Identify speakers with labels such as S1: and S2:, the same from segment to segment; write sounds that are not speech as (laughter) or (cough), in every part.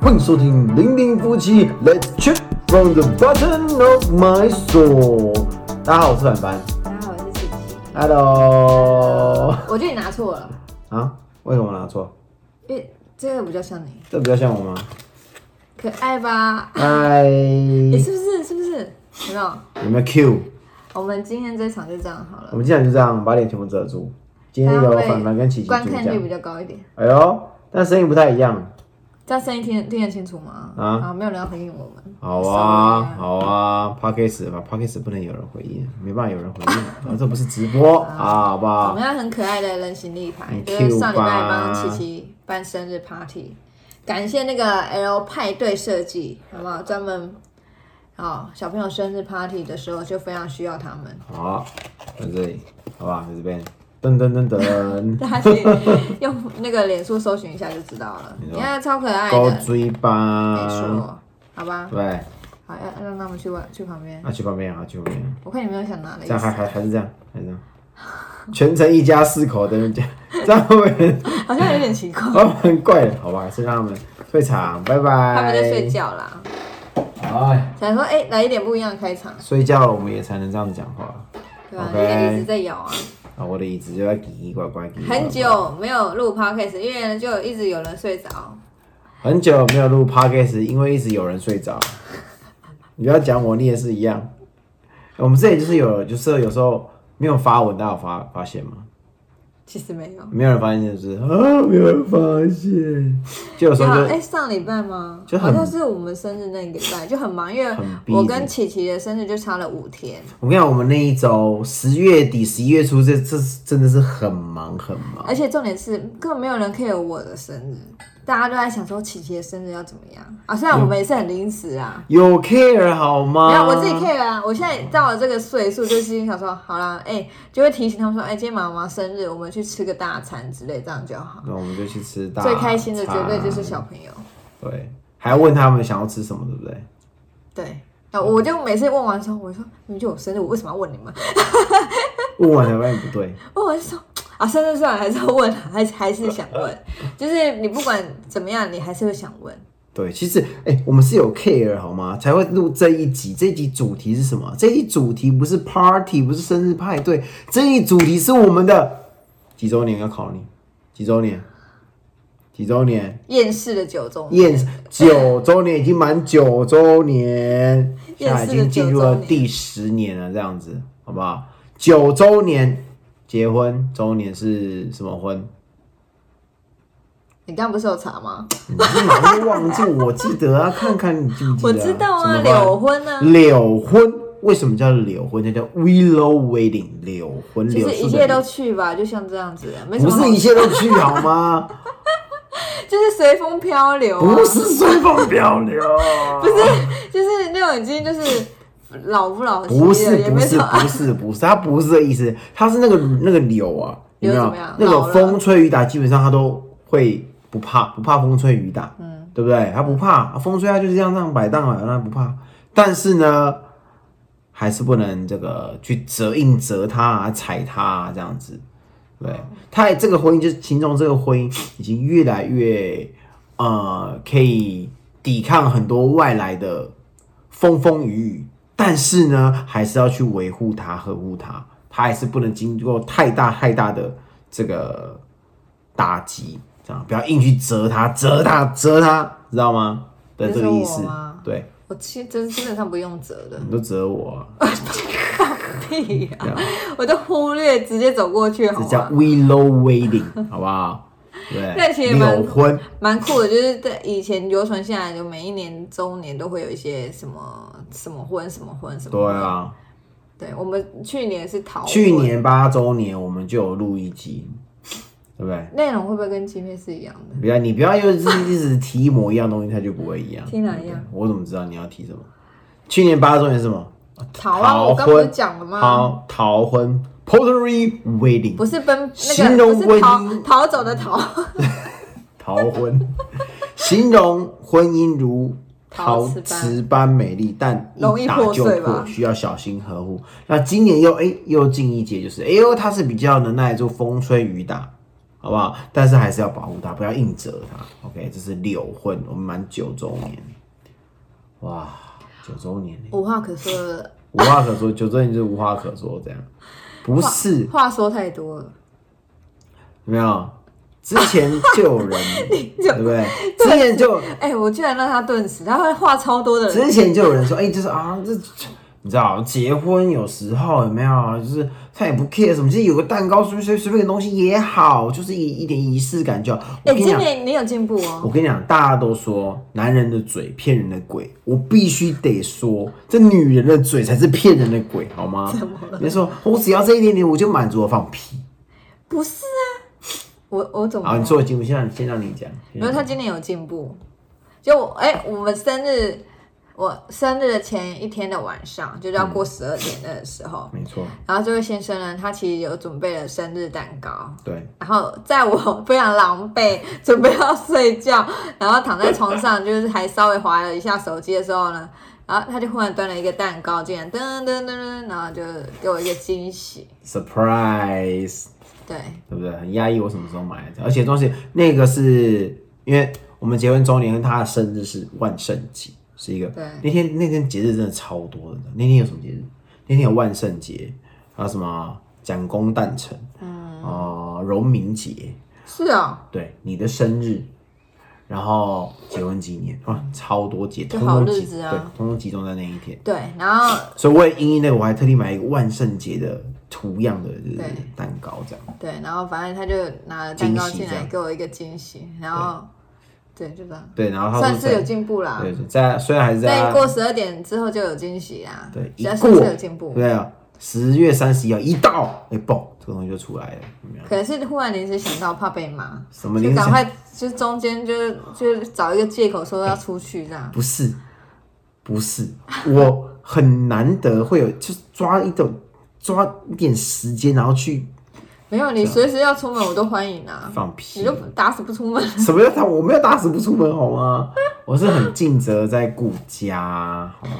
S1: 欢迎收听《零零夫妻》，Let's check from the bottom of my soul。大家好，我是凡凡。
S2: 大家好，我是琪琪。
S1: Hello。
S2: 我觉得你拿错了，
S1: 啊？为什么拿错？
S2: 因为这个比较像你，
S1: 这比较像我吗？
S2: 可爱吧？
S1: 嗨，
S2: 你、
S1: 有
S2: 是不是？是不是？有没有？
S1: 没有 Q？
S2: 我们今天这场就这样好
S1: 我
S2: 了，
S1: 们经常就这样把脸全部遮住。今天
S2: 大家
S1: 由
S2: 会
S1: 凡凡跟琪琪
S2: 观
S1: 主
S2: 看率比
S1: 讲。
S2: 较高一点。
S1: 哎呦，但声音不太一样。
S2: 这样声音听得听得清楚吗？
S1: 啊
S2: 没有人要回应我们。
S1: 好啊
S2: Sorry，
S1: 好啊 p a c k a g e 吧 p a c k a g e 不能有人回应，没办法有人回应，啊，这不是直播啊，好不
S2: 我
S1: 好？
S2: 们要很可爱的人形立牌，
S1: 很
S2: 就
S1: 嗯 Q
S2: 是上礼拜
S1: 吧
S2: 帮琪琪办生日 party，感谢那个 L 派对设计，好不好？专门。哦，小朋友生日 party 的时候就非常需要他们。
S1: 好，在这里，好吧，在这边，噔噔噔噔，
S2: (laughs) 大家可
S1: (laughs)
S2: 以用那个脸书搜寻一下就知道了。
S1: 没
S2: 你
S1: 错
S2: 看超可爱
S1: 高啊
S2: 的，
S1: 追
S2: 没
S1: 吧，
S2: 错，好吧，
S1: 对，
S2: 好要要让他们去玩去旁边。
S1: 啊，去旁边啊，去旁边，
S2: 我看你没有想拿的意
S1: 这样还
S2: 思，
S1: 还还是这样，还是这样，全程一家四口的人家，这样会不会
S2: (laughs)
S1: (laughs)
S2: 好像有点奇怪。
S1: 会不会很怪的？好吧，还是让他们退场，拜拜。
S2: 他们在睡。觉啦，
S1: 哎，
S2: 想说哎、来一点不一样的开场，
S1: 睡觉了，我们也才能这样子讲话
S2: 对吧、
S1: OK
S2: 你的椅子在摇啊，
S1: 啊！我的椅子就在叽叽呱呱，叽叽呱呱
S2: 很久没有录 podcast，因为就一直有人睡着。
S1: 很久没有录 podcast，因为一直有人睡着。你不要讲我，你也是一样。我们这里就是有，就是有时候没有发文，大家有发发现吗？
S2: 其实没有，
S1: 没有人发现就是啊，没有人发现，就有时
S2: 对
S1: 候
S2: 啊，
S1: 就
S2: 哎、上礼拜吗？
S1: 就很
S2: 好像是我们生日那个礼拜就很忙，因为
S1: 很 busy
S2: 我跟琪琪的生日就差了五天，
S1: 我跟你讲，我们那一周十月底、十一月初这，这真的是很忙很忙。
S2: 而且重点是，根本没有人 care 我的生日，大家都在想说琪琪的生日要怎么样啊？虽然我们也是很临时啊，
S1: 有 care 好吗？
S2: 没有我自己 care 啊。我现在到了这个岁数，就是心想说，好啦，哎、就会提醒他们说，哎、今天妈妈生日，我们去吃个大餐之类，这样就好。
S1: 那我们就去吃大。
S2: 最开心的绝对就是。小朋友，
S1: 对，还要问他们想要吃什么，对不对？
S2: 对。啊，我就每次问完之后，我就说你们就有生日，我为什么要问你们？
S1: 问完才发现不对。
S2: 问完就说啊，生日算了，还是要问，啊还是还是想问，就是你不管怎么样，你还是会想问。
S1: 对，其实哎、我们是有 care 好吗？才会录这一集。这一集主题是什么？这一集主题不是 party，不是生日派对，这一集主题是我们的几周年要考你，几周年，几周年，
S2: 厌世的九中
S1: 验九周年已经满九周年，现在已经进入了第十年了，这样子好不好？九周年结婚周年是什么婚？
S2: 你刚刚不是有查吗？
S1: 你是哪会忘记？我记得啊，看看你记不记得、
S2: 我知道啊，
S1: 什么婚嗯
S2: 柳婚啊，
S1: 柳婚为什么叫柳婚？它叫 willow wedding，柳婚
S2: 就
S1: 柳
S2: 是一
S1: 树
S2: 切
S1: 的
S2: 都
S1: 柳。
S2: 去吧，就像这样子，没什
S1: 不
S2: 么好，
S1: 是一切都去好
S2: (laughs)
S1: 吗？
S2: 就是随风漂流、啊，
S1: 不，是随风漂
S2: (laughs)
S1: 流，不是
S2: 就是那种已经就是老夫老妻了，
S1: 不是
S2: 也
S1: 不
S2: 没什
S1: 是
S2: 么啊
S1: 不
S2: (laughs)
S1: 是不是，它不是这意思，它是那个那个柳啊，有没
S2: 柳怎
S1: 有
S2: 么样？
S1: 那
S2: 老
S1: 个
S2: 了
S1: 风吹雨打，基本上它都会不怕，不怕风吹雨打，嗯，对不对？它不怕，风吹它就是这样这样摆荡了，它不怕。但是呢，还是不能这个去折硬折它啊，踩它啊，这样子。对，
S2: 哦
S1: 他这个婚姻就是形容这个婚姻已经越来越呃，可以抵抗很多外来的风风雨雨，但是呢，还是要去维护它、呵护它，它还是不能经过太大太大的这个打击，这样不要硬去折它、折它、折它，知道吗？的
S2: 你
S1: 这
S2: 说
S1: 个意思
S2: 我吗，
S1: 对，
S2: 我其实真基本上不用折的， (laughs)
S1: 你都折我啊，
S2: 屁呀、
S1: 这样
S2: 我都忽略，直接走过去好
S1: 这叫
S2: (laughs) 吗？
S1: willow wedding，好不好？对
S2: (laughs) 那其，实蛮
S1: 柳婚。
S2: 蛮酷的，就是在以前流传下来，就每一年周年都会有一些什么什么婚什么婚什么
S1: 对
S2: 婚，
S1: 啊，
S2: 对，我们去年是桃婚，
S1: 去年八周年我们就有录一集，对不对？
S2: 内容会不会跟今天是一样的？
S1: 不要你不要又是一直提一模一样东西，它就不会一样。
S2: 听哪一样？
S1: 我怎么知道你要提什么？去年八周年是什么？
S2: 桃啊，我刚不是讲了吗？
S1: 桃桃婚 （Pottery Wedding）
S2: 不是奔那
S1: 形
S2: 个，
S1: 容
S2: 不是
S1: 婚
S2: 逃
S1: 姻
S2: 逃走的逃， (laughs)
S1: 桃婚，形容婚姻如
S2: 陶
S1: 陶
S2: 瓷般
S1: 瓷般美丽，但
S2: 容易
S1: 一打
S2: 破
S1: 就
S2: 碎吧
S1: 需要小心呵护。那今年又哎、又进一节，就是哎呦，它是比较能耐得住风吹雨打，好不好？但是还是要保护它，不要硬折它。OK，这是六婚，我们满九周年，哇，九周年耶，
S2: 无话可说了，
S1: 无话可说，九周年就是无话可说这样，不是
S2: 话说太多了。
S1: 有没有？之前就有
S2: (laughs)
S1: 人，对不对？之
S2: 对
S1: 前就
S2: 哎、我居然让他顿时，他会话超多的人，
S1: 之前就有人说，哎、就是啊，这你知道，结婚有时候有没有，就是他也不 care 什么，就是有个蛋糕，随随随便个东西也好，就是一一点仪式感就好。我
S2: 哎、
S1: 跟你
S2: 今
S1: 讲，
S2: 年你有进步哦
S1: 我。跟你讲，大家都说男人的嘴骗人的鬼，我必须得说，这女人的嘴才是骗人的鬼，好吗？你说我只要这一点点，我就满足了，放屁！
S2: 不是啊，我我怎么
S1: 好，
S2: 了？
S1: 啊你说我进步，先让先让你讲。
S2: 哦没有，他今年有进步。就我哎、我们生日，我生日的前一天的晚上，就
S1: 嗯
S2: 是要过十二点的时候，
S1: 没错，
S2: 然后这位先生呢，他其实有准备了生日蛋糕。
S1: 对。
S2: 然后在我非常狼狈，准备要睡觉， (laughs) 然后躺在床上，就是还稍微划了一下手机的时候呢，然后他就忽然端了一个蛋糕进来，噔噔噔噔，然后就给我一个惊喜。
S1: surprise，
S2: 对，
S1: 对不对？很压抑，我什么时候买的？而且东西那个是因为我们结婚周年，跟他的生日是万圣节，是一个
S2: 对
S1: 那天那天节日真的超多的。那天有什么节日？那天有万圣节，还有什么蒋公诞辰，嗯，哦，荣民节，
S2: 是哦，
S1: 对，你的生日，然后结婚纪念，哇，超多节，
S2: 就
S1: 通
S2: 好
S1: 通
S2: 日
S1: 集，
S2: 子啊
S1: 对，通通集中在那一天。
S2: 对，然后
S1: 所以我也因应那个，我还特地买一个万圣节的图样的就是
S2: 对
S1: 蛋糕这样。
S2: 对，然后反正他就拿了蛋糕进
S1: 惊喜这
S2: 来
S1: 样
S2: 给我一个惊喜，然后对，就这样，
S1: 对，然后他
S2: 算
S1: 说
S2: 是有进步啦。
S1: 对，在虽然还是
S2: 在
S1: 在
S2: 啊过十二点之后就有惊喜啦，
S1: 对一
S2: 算是
S1: 过
S2: 有进步，
S1: 对啊，十月三十一号一到，哎、嘣，这个东西就出来了，有没有？
S2: 可能是忽然临时想到怕被骂，
S1: 什么
S2: 就
S1: 零
S2: 赶
S1: 食？
S2: 快就中间就是就是找一个借口说要出去这样，
S1: 不是，不是，我很难得会有，就是抓一种抓一点时间，然后去
S2: 没有
S1: 啊
S2: 你随时要出门我都欢迎啊，
S1: 放
S2: 你
S1: 屁
S2: 就。打死不出门，
S1: 什么叫他？我没有打死不出门好吗？我是很尽责在顾家，好吗？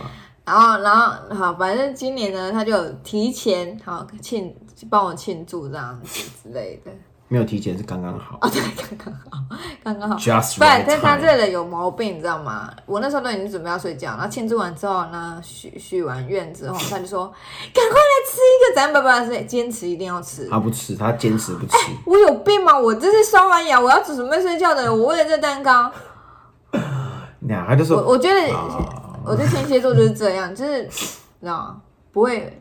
S2: 然后然后好，反正今年呢他就有提前好庆帮我庆祝这样子之类的， (laughs)
S1: 没有提前是刚刚好
S2: 哦对，刚刚好，刚刚好。
S1: ，just
S2: (laughs) 不然
S1: right
S2: 但他
S1: time。
S2: 这个有毛病，你知道吗？我那时候都已经准备要睡觉，然后庆祝完之后呢，许许完愿之后，他就说：“赶快来吃一个！”咱爸爸是坚持一定要吃。
S1: 他不吃，他坚持
S2: (laughs)
S1: 不吃。
S2: 我有病吗？我这是刷完牙，我要准备睡觉的人，我为了这蛋糕，
S1: 那他就
S2: 我
S1: 说
S2: 我觉得，
S1: 啊，
S2: 我觉得天蝎座就是这样，就是你知道吗？不会，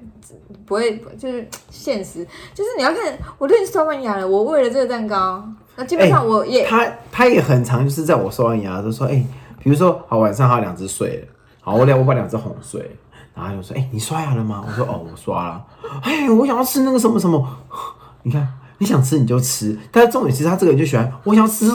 S2: 不会，就是现实，就是你要看，我都已经刷完牙了，我为了这个蛋糕，那基本上我也、
S1: 他他也很常就是在我刷完牙的时候说，哎、比如说好晚上他有两只睡了，好我两我把两只哄睡了，然后他就说，哎、你刷牙了吗？我说哦我刷了，哎、我想要吃那个什么什么， (laughs) 你看你想吃你就吃，但是重点是他这个人就喜欢我想要吃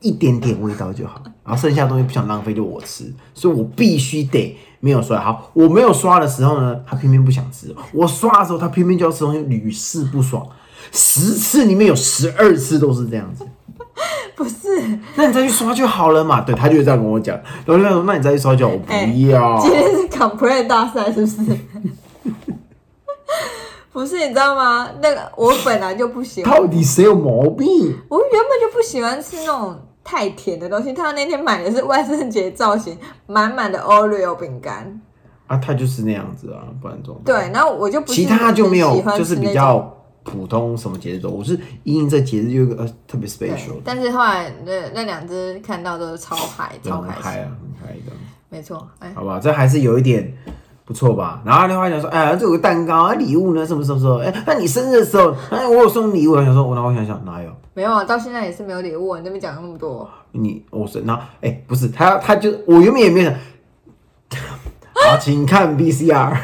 S1: 一点点味道就好，然后剩下的东西不想浪费就我吃，所以我必须得没有刷。好，我没有刷的时候呢，他偏偏不想吃；我刷的时候，他偏偏就要吃东西，屡试不爽。十次里面有十二次都是这样子，
S2: 不是。
S1: 那你再去刷就好了嘛。对，他就会这样跟我讲，然后我就想说，那你再去刷就好，我
S2: 哎
S1: 不要。
S2: (laughs) 今天是 complain 大赛是不 (laughs) 是？不是，你知道吗？那个我本来就不喜欢，
S1: 到底谁有毛病？
S2: 我原本就不喜欢吃那种太甜的东西。他那天买的是万圣节造型满满的 Oreo 饼干，
S1: 啊，他就是那样子啊，不然怎么办？
S2: 对，然后我就不是
S1: 其他就没
S2: 很
S1: 有
S2: 喜欢，吃
S1: 就是比
S2: 那
S1: 较
S2: 种
S1: 普通什么节日都，我是因应这节日有一个呃特别
S2: 对
S1: special 的，
S2: 但是后来那那两只看到都是超嗨，
S1: 对
S2: 超
S1: 很
S2: 开
S1: 嗨
S2: 心，
S1: 啊，很嗨这样子，
S2: 没错，哎，
S1: 好吧，这还是有一点不错吧。然后另外讲说，哎呀，这有个蛋糕啊，礼物呢，什么什么什么，哎，那你生日的时候，哎，我有送你礼物，我想说，我那我想想哪有。
S2: 没有啊，到现在也是没有礼物啊。你那边讲那么多，
S1: 你我是那哎不是他他就我原本也没有想，好，请看 VCR，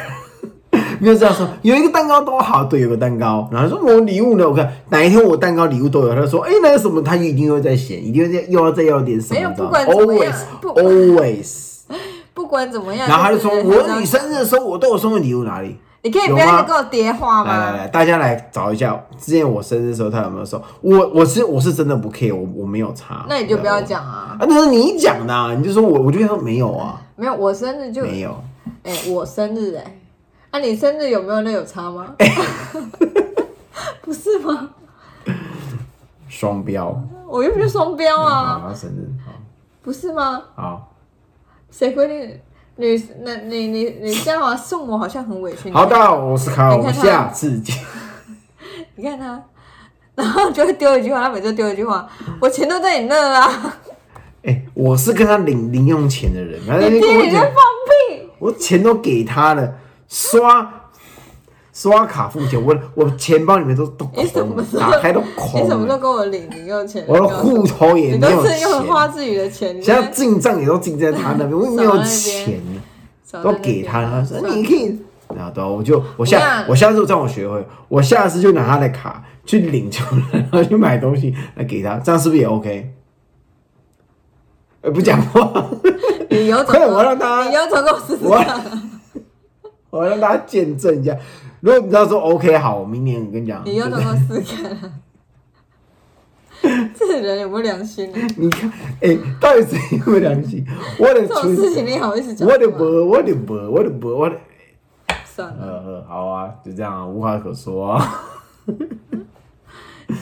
S1: 没有这样说，有一个蛋糕多好，对，有个蛋糕，然后说我礼物呢，我看哪一天我蛋糕礼物都有，他就说哎那个什么，他就一定会在嫌，一定会在又要再要点什么，
S2: 没有
S1: 你知道
S2: 不
S1: 吗
S2: 管怎么样不
S1: always always，
S2: 不管怎么样，
S1: 然后他就
S2: 就
S1: 说
S2: 是还是
S1: 我
S2: 要
S1: 你生日的时候我都有送你礼物哪里？
S2: 你可以不要
S1: 有
S2: 一
S1: 吗
S2: 直跟我叠话吗？
S1: 来来来，大家来找一下，之前我生日的时候他有没有送？我我是我是真的不 care，我我没有查，
S2: 那你就不要
S1: 我
S2: 讲啊，
S1: 啊，那是你讲的、啊，你就说我，我就跟他说没有啊，
S2: 没有我生日就
S1: 没有。
S2: 哎、我生日哎、那、你生日有 (laughs) 没有那有差吗？不是吗？
S1: 双标
S2: 我又不是双标
S1: 好，
S2: 啊，
S1: 他生日，
S2: 不是吗？
S1: 好，好，
S2: 谁规定女那你你你这样啊送我好像很委屈。
S1: 好的，我是卡尔，
S2: 你
S1: 我
S2: 看
S1: 们
S2: 他
S1: 下次见。
S2: 你看他，然后就会丢一句话，他每次丢一句话，我钱都在你那了啊，
S1: 哎、我是跟他领零用钱的人，反正
S2: 你
S1: 就跟
S2: 爹
S1: 哎我
S2: 你在
S1: 讲
S2: 放屁。
S1: 我钱都给他了，刷刷卡付钱，我我钱包里面都都
S2: 你什
S1: 空
S2: 么
S1: 了，
S2: 时候
S1: 打开都
S2: 你
S1: 空
S2: 什么时候
S1: 了，
S2: 跟我领零用钱？
S1: (laughs) 我的
S2: 你
S1: 户头也没
S2: 告诉
S1: 有
S2: 我你都是用花
S1: 钱，
S2: 自己的钱，你
S1: 现在
S2: 在
S1: 进账也都进在他那边，我也没
S2: 少
S1: 有
S2: 那边
S1: 钱，
S2: 少在
S1: 都
S2: 那边
S1: 给他了，他说
S2: 算了
S1: 你可以。然后对啊我就我
S2: 我跟
S1: 下
S2: 你讲
S1: 我下次就这样我学会，我下次就拿他的卡去领出来，然后去买东西来给他，这样是不是也 OK？呃，不讲话，
S2: 你有种
S1: 快
S2: 跟，
S1: 我让他
S2: 你有种跟我试试
S1: 我
S2: 看，
S1: 我让大家见证一下。如果你知道说 OK 好，我明年我跟你讲，
S2: 你有
S1: 就
S2: 种
S1: 是
S2: 跟我试试看。这人有没有良心啊？
S1: 你看，哎、到底谁有没有良心？我的
S2: 这种
S1: 存，
S2: 事情你好意思讲？
S1: 我的不，，我的不，我的不，我的，
S2: 算了，
S1: 呃，好啊，就这样啊，无话可说啊。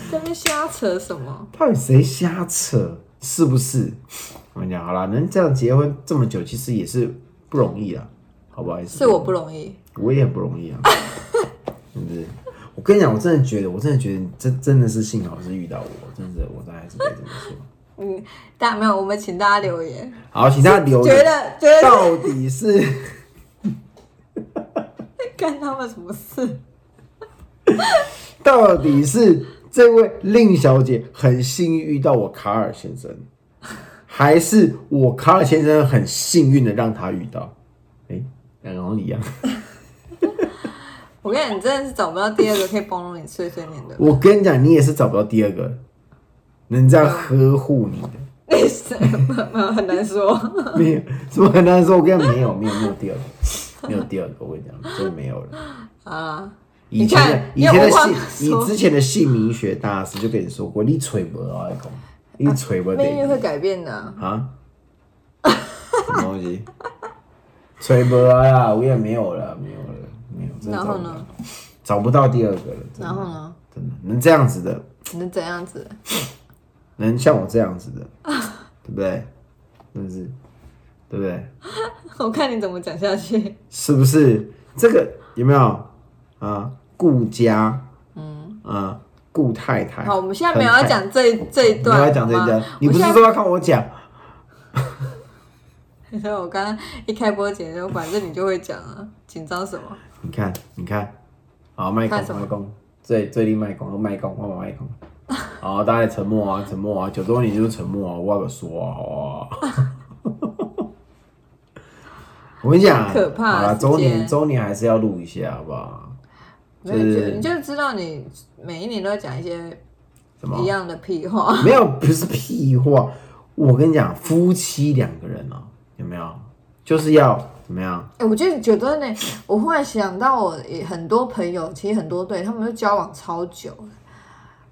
S2: 这边瞎扯什么？
S1: 到底谁瞎扯？是不是？我跟你讲，好啦，能这样结婚这么久，其实也是不容易啊，好不好意思？
S2: 是我不容易，
S1: 我也不容易啊，是不是？我跟你讲，我真的觉得，我真的觉得，真真的是幸好是遇到我，真的，我真的还是可以这么说。
S2: 嗯，大没有，我们请大家留言，
S1: 好，请大家留
S2: 觉
S1: 言，
S2: 得觉得
S1: 到底是
S2: 干他们什么事？
S1: 到底是这位令小姐很幸运遇到我卡尔先生，还是我卡尔先生很幸运的让他遇到？哎、两个好像一样。
S2: 我跟你讲，你真的是找不到第二个可以包容你碎碎念的。
S1: 我跟你讲，你也是找不到第二个能这样呵护你
S2: (laughs)
S1: 的，
S2: 你是没有没有很难说，
S1: 没有，什么很难说。我跟你讲，没有，没有，没有第二个，没有第二个。我跟你讲，真的没有了。
S2: 啊，
S1: 以前的以
S2: 你看
S1: 前的
S2: 你有无话
S1: 姓
S2: 可，
S1: 以
S2: 说
S1: 之前的姓名学大师就跟你说过，你吹不啊，讲，你吹不
S2: 命运
S1: 得
S2: 会改变的。
S1: 啊？什么东西？吹不啊啦，我也没有了，没有了，没有。真的找
S2: 然后
S1: 不到
S2: 呢？
S1: 找不到第二个了，真的
S2: 然后呢？
S1: 真的能这样子的，
S2: 你是怎样子？ (laughs)
S1: 能像我这样子的，
S2: 啊
S1: 对不对？真的是，对不对？
S2: 我看你怎么讲下去。
S1: 是不是？这个有没有啊？顾家，嗯啊，顾太太。
S2: 好，我们现在没有要
S1: 很
S2: 讲这一这一段，
S1: 你要讲这一
S2: 好
S1: 段
S2: 吗，
S1: 你不
S2: 我
S1: 是
S2: 现在
S1: 说要看我讲？
S2: (laughs) 你说我刚刚一开播前就反正你就会讲啊，紧张什么？
S1: 你看，你看，好麦公
S2: 看什么
S1: 麦公，最最厉麦公麦公，我把麦公。
S2: (laughs)
S1: 好，大家沉默啊，沉默啊，九周年就是沉默啊，我要说啊，好啊。 (laughs) 我跟你讲，
S2: 很可怕啊
S1: 好啦
S2: 时间
S1: 周年周年还是要录一下，好不好？
S2: 没有，你
S1: 是
S2: 就你就知道你每一年都要讲一些
S1: 什么
S2: 一？样的屁话。 (laughs)
S1: 没有，不是屁话。我跟你讲，夫妻两个人哦、有没有？就是要怎么样？
S2: 哎、我就觉得呢，我忽然想到，我也很多朋友，其实很多对他们都交往超久了，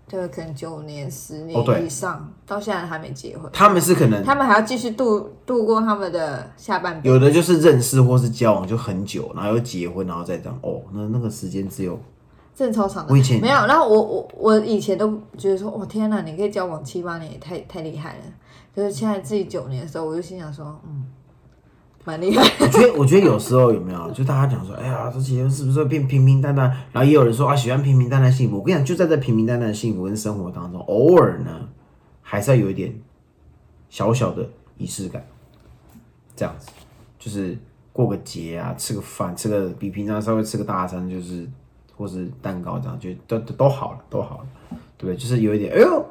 S2: 对，可能九年、十
S1: 哦对
S2: 年以上，到现在还没结婚，
S1: 他们是可能
S2: 他们还要继续度度过他们的下半辈子。
S1: 有的就是认识或是交往就很久，然后又结婚，然后再这样哦，那那个时间只有
S2: 正超长的
S1: 我以前
S2: 没有，然后我我我以前都觉得说，我、天哪，你可以交往七八年，也太太厉害了。就是现在自己九年的时候，我就心想说，嗯，蛮厉害。
S1: 我觉得，我觉得有时候有没有，就大家讲说，哎呀，这结婚是不是会变平平淡淡？然后也有人说啊，喜欢平平淡淡的幸福。我跟你讲，就在这平平淡淡的幸福跟生活当中，偶尔呢，还是要有一点小小的仪式感，这样子，就是过个节啊，吃个饭，吃个比平常稍微吃个大餐，就是或是蛋糕这样，就都都都好了，都好了，对不对？就是有一点，哎呦，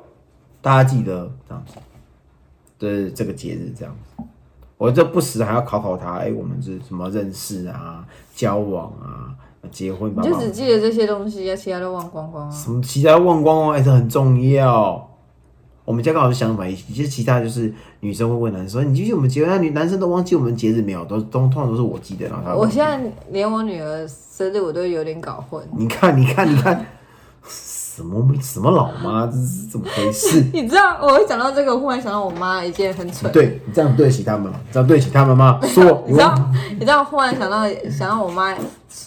S1: 大家记得这样子，就是这个节日这样子。我这不时还要考考他，哎、我们是什么认识啊、交往啊、结婚
S2: 你
S1: 吧，
S2: 就只记得这些东西，其他都忘光光啊。
S1: 什么其他忘光光，哎、这很重要。我们家刚好是相反，其实其他就是女生会问男生说：“你记不记得我们结婚？”那女男生都忘记我们节日没有，都都通常都是我记得，然后他
S2: 我现在连我女儿生日我都有点搞混。
S1: 你看，你看，你看，什么什么老妈，这是怎么回事？
S2: 你知道，我会讲到这个，我忽然想到我妈一件很蠢。
S1: 对你这样对得起他们吗？这样对得起他们吗？说，
S2: 你知道，你知道，忽然想到，想到我妈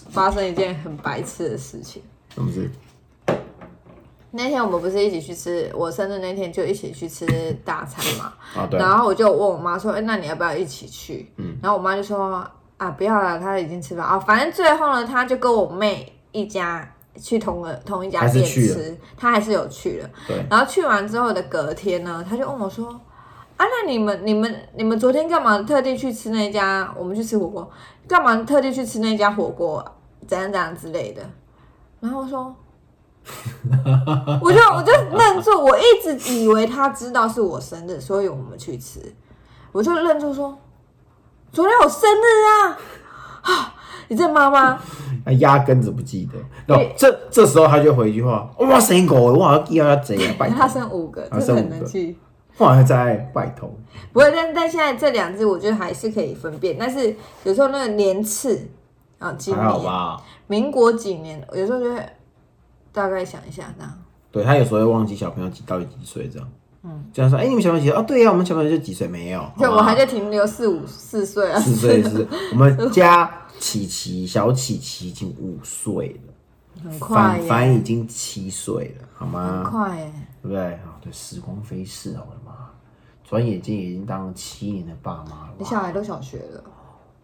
S2: 发生一件很白痴的事情。
S1: 什么事？
S2: 那天我们不是一起去吃，我生日那天就一起去吃大餐嘛。
S1: 啊，对，
S2: 然后我就问我妈说：“哎、那你要不要一起去？”嗯，然后我妈就说：“啊，不要了，她已经吃饱啊。”反正最后呢，她就跟我妹一家去同个同一家
S1: 还是
S2: 店
S1: 去了
S2: 吃，她还是有去了。
S1: 对，
S2: 然后去完之后的隔天呢，她就问我说：“啊，那你们、你们、你们昨天干嘛特地去吃那家？我们去吃火锅，干嘛特地去吃那家火锅啊？怎样怎样之类的？”然后
S1: (laughs)
S2: 我说。我就我就愣住，我一直以为他知道是我生日，所以我们去吃，我就愣住说：“昨天我生日啊！” (sighs) 啊，你这妈妈，
S1: 那压根子不记得。那
S2: 对
S1: 这这时候他就回一句话：“哇，生狗，我好像记到他贼啊，拜
S2: 他
S1: 托，
S2: 生五个，
S1: 他
S2: 这
S1: 生五
S2: 很
S1: 个
S2: 能记。
S1: 我好像在拜托。
S2: 不会，但但现在这两只我觉得还是可以分辨，但是有时候那个年次啊，几
S1: 还好
S2: 年，
S1: 吧？
S2: 民国几年，有时候就会大概想一下这样。
S1: 对他有时候会忘记小朋友几到底几岁这样。嗯，这样说，哎、你们小朋友几岁？哦，对呀、我们小朋友就几岁没有？
S2: 就
S1: 好
S2: 我
S1: 吧
S2: 还在停留四五四岁啊，
S1: 四岁是，我
S2: (laughs)
S1: 们家琪琪小琪琪已经五岁了，
S2: 很快
S1: 凡
S2: 耶，
S1: 凡已经七岁了，好
S2: 很
S1: 吗？
S2: 快耶。
S1: 对不对？啊，对，时光飞逝啊，我的妈！转眼间已经当了七年的爸妈了
S2: 你
S1: 吧，
S2: 小孩都小学了，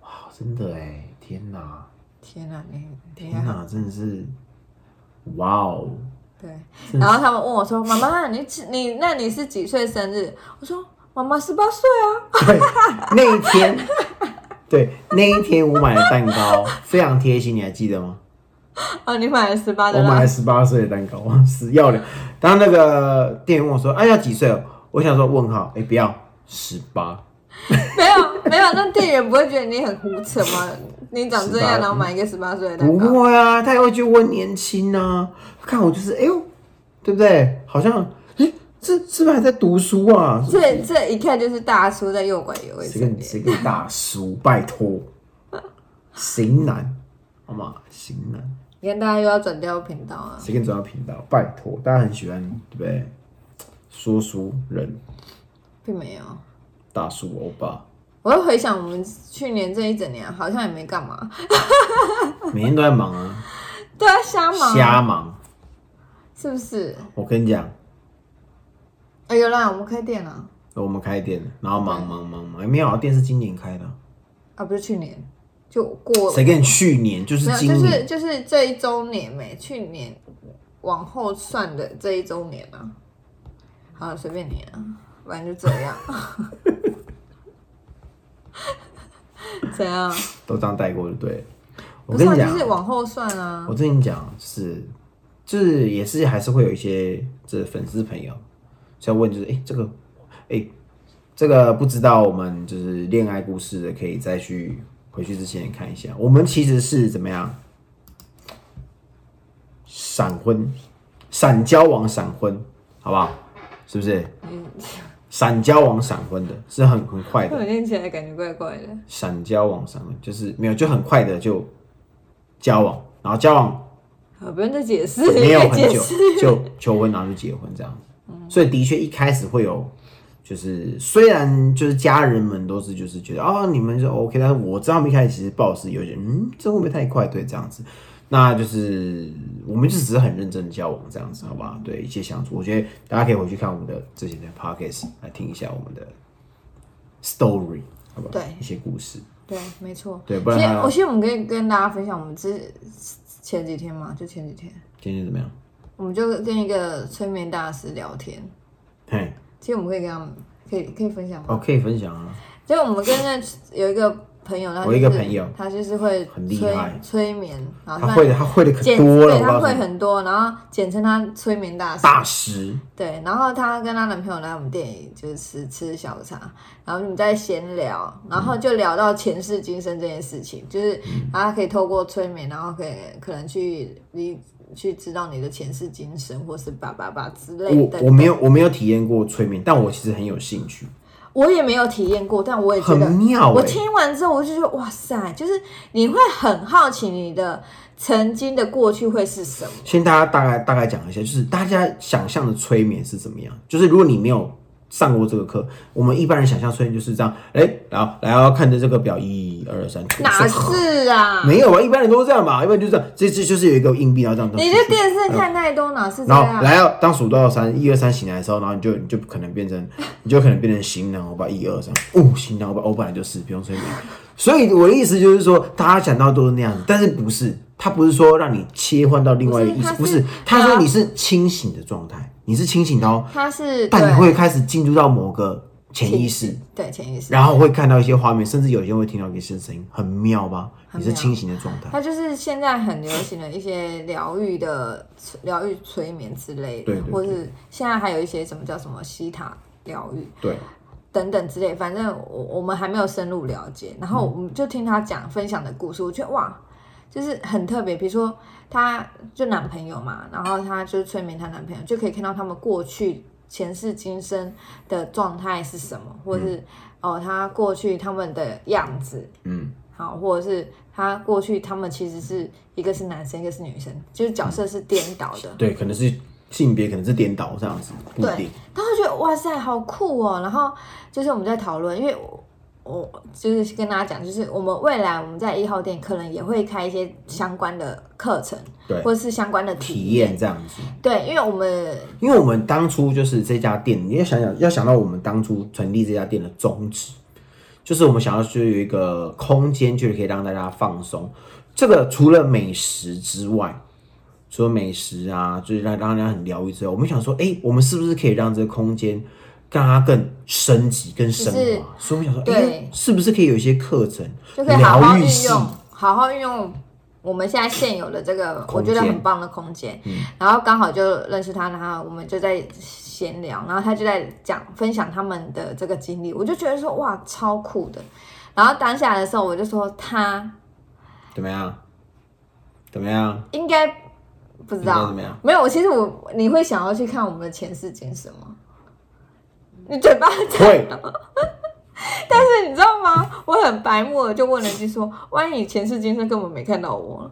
S1: 哇，真的哎，天哪，
S2: 天哪、你你
S1: 天
S2: 还
S1: 哪，真的是，哇哦！
S2: 对，然后他们问我说：“妈妈，你几你那你是几岁生日？”我说：“妈妈十八岁啊。
S1: 对，那一天，对，那一天我买了蛋糕，非常贴心，你还记得吗？”
S2: 哦，你买了十八的
S1: 我买
S2: 啦
S1: 了，十八岁的蛋糕，死要脸。然后那个店员问我说：“哎、要几岁哦？”我想说问号，哎、不要，十八，
S2: 没有没有，那店员不会觉得你很胡扯吗？你长这样，
S1: 18
S2: 然后买一个十八岁的蛋
S1: 不
S2: 糕，
S1: 会啊，他也会觉得我很年轻啊。看我就是，哎呦，对不对？好像，哎、这是不是还在读书啊？
S2: 这这一看就是大叔在诱拐有未
S1: 谁跟
S2: 成
S1: 你
S2: 年。
S1: 谁跟你大叔？拜托，型男，好吗？型男，
S2: 你看大家又要转掉频道啊，
S1: 谁跟你转到频道？拜托，大家很喜欢，对不对？说书人、
S2: 并没有。
S1: 大叔、欧巴，
S2: 我又回想我们去年这一整年，好像也没干嘛，
S1: 每天都在忙啊，
S2: 对啊，瞎忙，
S1: 瞎忙。
S2: 是不是？
S1: 我跟你讲，
S2: 哎、有啦，我们开店了
S1: 我们开店了，然后忙忙忙忙，没有啊，店是今年开的啊，
S2: 啊，不是去年，就过
S1: 谁跟你去年就是
S2: 没有，
S1: 今
S2: 就是
S1: 年，
S2: 就是这一周年没，去年往后算的这一周年啊。好，随便你啊，反正就这样。 (laughs) 怎样？
S1: 都这样带过就对了。 (laughs) 我
S2: 不是、
S1: 跟
S2: 啊，
S1: 你
S2: 就
S1: 讲
S2: 是，往后算啊
S1: 我。跟你讲是，就是也是还是会有一些这粉丝朋友在问，就是哎、诶这个，哎、这个不知道我们就是恋爱故事的，可以再去回去之前看一下。我们其实是怎么样？闪婚，闪交往，闪婚，好不好？是不是？
S2: 嗯，
S1: 闪交往闪婚的，是很很快
S2: 我
S1: 的。
S2: 听起来感觉怪怪的。
S1: 闪交往闪婚就是没有，就很快的就交往，然后交往
S2: 好，不用再解释，
S1: 没
S2: (laughs)
S1: 有
S2: 再
S1: 很
S2: 解
S1: 久
S2: 释。
S1: 就求婚，然后就结婚这样子。嗯所以的确一开始会有，就是虽然就是家人们都是就是觉得哦你们就 OK，但是我知道他们一开始其实抱是有点嗯这会不会太快？对这样子，那就是我们就只是很认真的交往这样子，好不好？对一些相处，我觉得大家可以回去看我们的之前的 podcast 来听一下我们的 story，好不好？
S2: 对
S1: 一些故事。
S2: 对，没错。
S1: 对不
S2: 其
S1: 然
S2: 实
S1: 还有
S2: 我其实我们可以跟大家分享，我们之前几天嘛，就前几天，
S1: 今天怎么样？
S2: 我们就跟一个催眠大师聊天。
S1: 嘿，
S2: 其实我们可以跟他们，可以可以分享吗？
S1: 哦，可以分享啊。
S2: 所以我们跟那有一个朋友，他就是
S1: 我一个朋友
S2: 他就是会
S1: 很厉
S2: 催
S1: 害
S2: 催眠，然后
S1: 他会的，他会的可
S2: 简
S1: 多了，
S2: 对
S1: 我告
S2: 他
S1: 诉
S2: 会
S1: 你，
S2: 很多，然后简称他催眠大师。
S1: 大师。
S2: 对，然后她跟她男朋友来我们店里就是吃吃下午茶，然后我们在闲聊，然后就聊到前世今生这件事情，
S1: 嗯
S2: 就是她可以透过催眠，然后可以可能去你去知道你的前世今生，或是爸爸爸之类
S1: 我
S2: 的。
S1: 我没有我没有体验过催眠，但我其实很有兴趣，
S2: 我也没有体验过，但我也觉
S1: 很
S2: 得
S1: 妙
S2: 我
S1: 哎、
S2: 听完之后，我就觉得哇塞，就是你会很好奇你的曾经的过去会是什么。
S1: 先大家大概大概讲一下，就是大家想象的催眠是怎么样？就是如果你没有上过这个课。我们一般人想象测验就是这样，哎、然后然后看着这个表，一二三，
S2: 哪是啊？
S1: 没有啊，一般人都是这样吧，一般人就是这样，这这就是有一个硬币，然后这样。
S2: 你这电视看太多，哪是这
S1: 然后，
S2: 样？
S1: 然后当数到三，一二三醒来的时候，然后你就你就可能变成， (laughs) 你就可能变成行囊欧巴一二三，哦，行囊欧巴，我本来就是不用催眠。 (laughs) 所以我的意思就是说，大家想到都是那样子，但是不是？他不是说让你切换到另外一个意思，不
S2: 不
S1: 是
S2: 是，
S1: 他
S2: 它是
S1: 说你是清醒的状态，你是清醒的哦，
S2: 它是
S1: 但
S2: 对
S1: 你会开始进入到某个潜意识，
S2: 对潜意识，
S1: 然后会看到一些画面，甚至有些会听到一些声音，很妙吧？你
S2: 很
S1: 是
S2: 妙
S1: 清醒的状态，
S2: 它就是现在很流行的一些疗愈的疗愈催眠之类的，
S1: 对对对
S2: 或是现在还有一些什么叫什么西塔疗愈
S1: 对，
S2: 等等之类，反正我我们还没有深入了解。然后我们就听他讲分享的故事，我觉得哇，就是很特别。比如说，她就男朋友嘛，然后她就催眠她男朋友，就可以看到他们过去前世今生的状态是什么，或是、哦，她过去他们的样子，
S1: 嗯，
S2: 好，或者是他过去他们其实是一个是男生，一个是女生，就是角色是颠倒的。
S1: 对，可能是性别，可能是颠倒这样子，不一
S2: 对
S1: 定。
S2: 然后就觉得哇塞，好酷哦！然后就是我们在讨论，因为我我就是跟大家讲，就是我们未来我们在一号店可能也会开一些相关的课程，
S1: 对
S2: 或者是相关的
S1: 体
S2: 体
S1: 验这样子。
S2: 对，因为我们
S1: 因为我们当初就是这家店，你要想想，要想到我们当初成立这家店的宗旨，就是我们想要去有一个空间，就是可以让大家放松。这个除了美食之外，除了美食啊，就是让让大家很疗愈之外，我们想说，哎、我们是不是可以让这个空间让它更升级、更升华
S2: 就是？
S1: 所以我们想说，
S2: 对
S1: 哎、是不是可以有一些课程
S2: 就可以好好
S1: 疗愈
S2: 运
S1: 系
S2: 用，好好运用我们现在现有的这个
S1: 空
S2: 我觉得
S1: 间嗯
S2: 很棒的空间。然后刚好就认识他，然后我们就在闲聊，然后他就在讲分享他们的这个经历，我就觉得说哇超酷的。然后当下的时候，我就说他
S1: 怎么样？怎么样？
S2: 应该不知
S1: 你觉得
S2: 道
S1: 怎么样，
S2: 没有。我其实我你会想要去看我们的前世今生吗？你嘴巴
S1: 会，
S2: 但是你知道吗？我很白目的就问了一句说：“万一你前世今生根本没看到我呢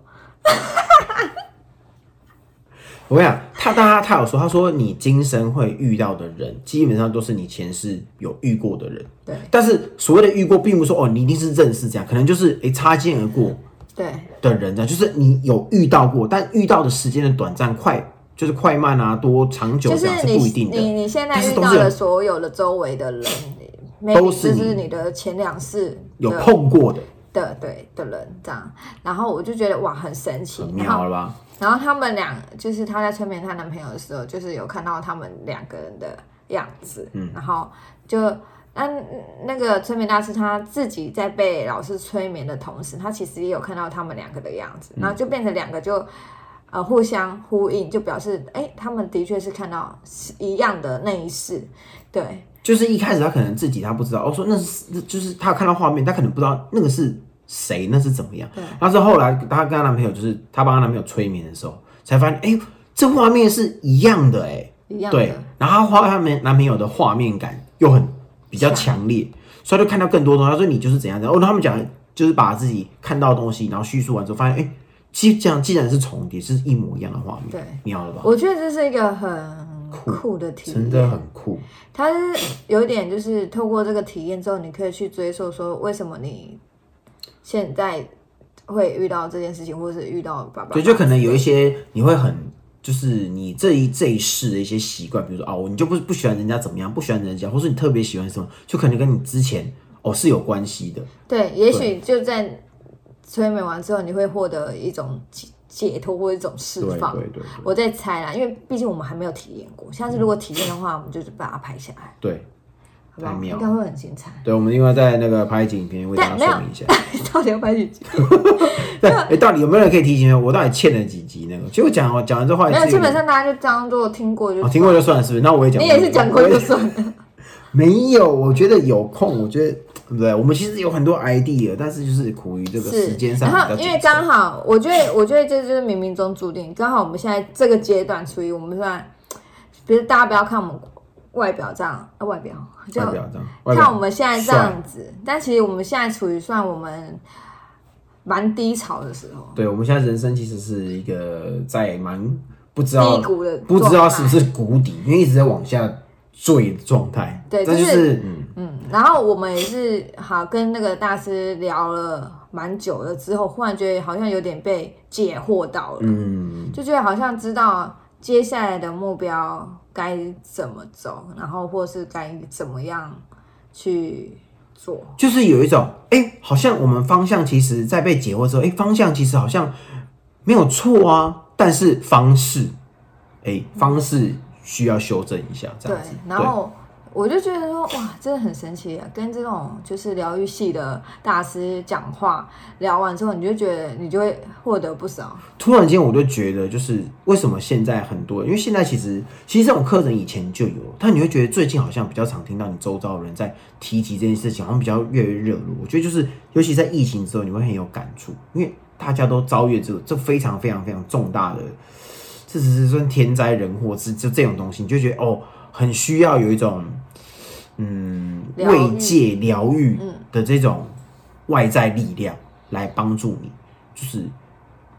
S1: 我跟你讲，他当他他有说，他说你今生会遇到的人，基本上都是你前世有遇过的人。
S2: 对
S1: 但是所谓的遇过，并不是说哦，你一定是认识这样，可能就是诶、擦肩而过
S2: 对，
S1: 的人这样，就是你有遇到过，但遇到的时间的短暂快，就是快慢啊，多长久
S2: 就
S1: 这
S2: 是
S1: 样
S2: 你
S1: 不一定的。
S2: 你你现在
S1: 但是
S2: 遇
S1: 都
S2: 到
S1: 是有
S2: 的所有的周围的人，你
S1: 都是
S2: maybe
S1: 你
S2: 这是你的前两世
S1: 有
S2: 的
S1: 碰过的，
S2: 的对的人这样，然后我就觉得哇很神奇
S1: 很，
S2: 然
S1: 妙啊
S2: 后
S1: 了吧？
S2: 然后他们俩就是她在催眠她男朋友的时候，就是有看到他们两个人的样子，然后就那那个催眠大师他自己在被老师催眠的同时，他其实也有看到他们两个的样子，然后就变成两个就呃互相呼应，就表示哎、他们的确是看到是一样的那一世，对
S1: 就是一开始他可能自己他不知道，哦，说那是那就是他有看到画面，他可能不知道那个是谁，那是怎么样
S2: 对。
S1: 但是后来她跟她男朋友，就是她帮她男朋友催眠的时候，才发现，哎、这画面是一样的、
S2: 一
S1: 哎，
S2: 样
S1: 对
S2: 的。
S1: 然后她画她们男朋友的画面感又很比较强烈，所以她就看到更多东西。她说你就是怎样怎样。哦，他们讲就是把自己看到的东西，然后叙述完之后，发现，哎、既这样既然是重叠，是一模一样的画面，
S2: 对，
S1: 妙了吧？
S2: 我觉得这是一个很酷的体
S1: 真
S2: 验，
S1: 的很酷。
S2: 它是有一点就是透过这个体验之后，你可以去追溯说为什么你现在会遇到这件事情，或是遇到爸爸。
S1: 对，就可能有一些你会很，就是你这一这一世的一些习惯，比如说哦，你就不不喜欢人家怎么样，不喜欢人家，或是你特别喜欢什么，就可能跟你之前哦是有关系的。
S2: 对，也许就在催眠完之后，你会获得一种解解脱或一种释放。
S1: 对
S2: 我在猜啦，因为毕竟我们还没有体验过，下次如果体验的话，我们就是把它拍下来，
S1: 对
S2: 好不好
S1: 太？妙了
S2: 应该会很精彩。 (laughs)
S1: 对，我们另外在那个拍一集影片为大
S2: 但
S1: 家
S2: 没
S1: 说
S2: 有
S1: 明一下。，
S2: 到底要拍几集？
S1: 对，哎，到底有没有人可以提醒我，到底欠了几集那个？其实我讲讲完之后，后
S2: 没
S1: 来
S2: 有，
S1: 自己
S2: 基本上大家就当做听过就
S1: 哦听过就算了，是不是？那我也讲，
S2: 你也是讲过
S1: 我
S2: 就算了。
S1: 没有，我觉得有空，我觉得对不对？我们其实有很多 idea，但是就是苦于这个时间上比
S2: 然
S1: 较
S2: 后
S1: 紧
S2: 因为
S1: 凑
S2: 刚好，我觉得我觉得这就是冥冥中注定，刚好我们现在这个阶段处于我们现在，比如大家不要看我们外表这样，呃、外表就
S1: 外表这样，外
S2: 看
S1: 表
S2: 我们现在这样子，但其实我们现在处于算我们蛮低潮的时候，
S1: 对，我们现在人生其实是一个在蛮不知道
S2: 低谷的
S1: 不知道
S2: 状态
S1: 是不是谷底，因为一直在往下醉的状态。
S2: 对
S1: 这
S2: 就
S1: 就是是嗯，
S2: 嗯，然后我们也是好跟那个大师聊了蛮久了之后，忽然觉得好像有点被解惑到了，
S1: 嗯，
S2: 就觉得好像知道接下来的目标该怎么走，然后或是该怎么样去做。
S1: 就是有一种，哎、好像我们方向其实在被解惑之后，哎、方向其实好像没有错啊，但是方式，哎、方式需要修正一下，这
S2: 对
S1: 样子。，
S2: 然后我就觉得说，哇，真的很神奇、啊，跟这种就是疗愈系的大师讲话，聊完之后，你就觉得你就会获得不少。
S1: 突然间我就觉得，就是为什么现在很多人，因为现在其实其实这种课程以前就有，但你会觉得最近好像比较常听到你周遭的人在提及这件事情，好像比较越来越热络。我觉得就是，尤其在疫情之后，你会很有感触，因为大家都遭遇这个这非常非常非常重大的，这只是算天灾人祸，是就这种东西，你就觉得哦，很需要有一种嗯
S2: 疗愈
S1: 慰藉、疗愈嗯的这种外在力量来帮助你，就是。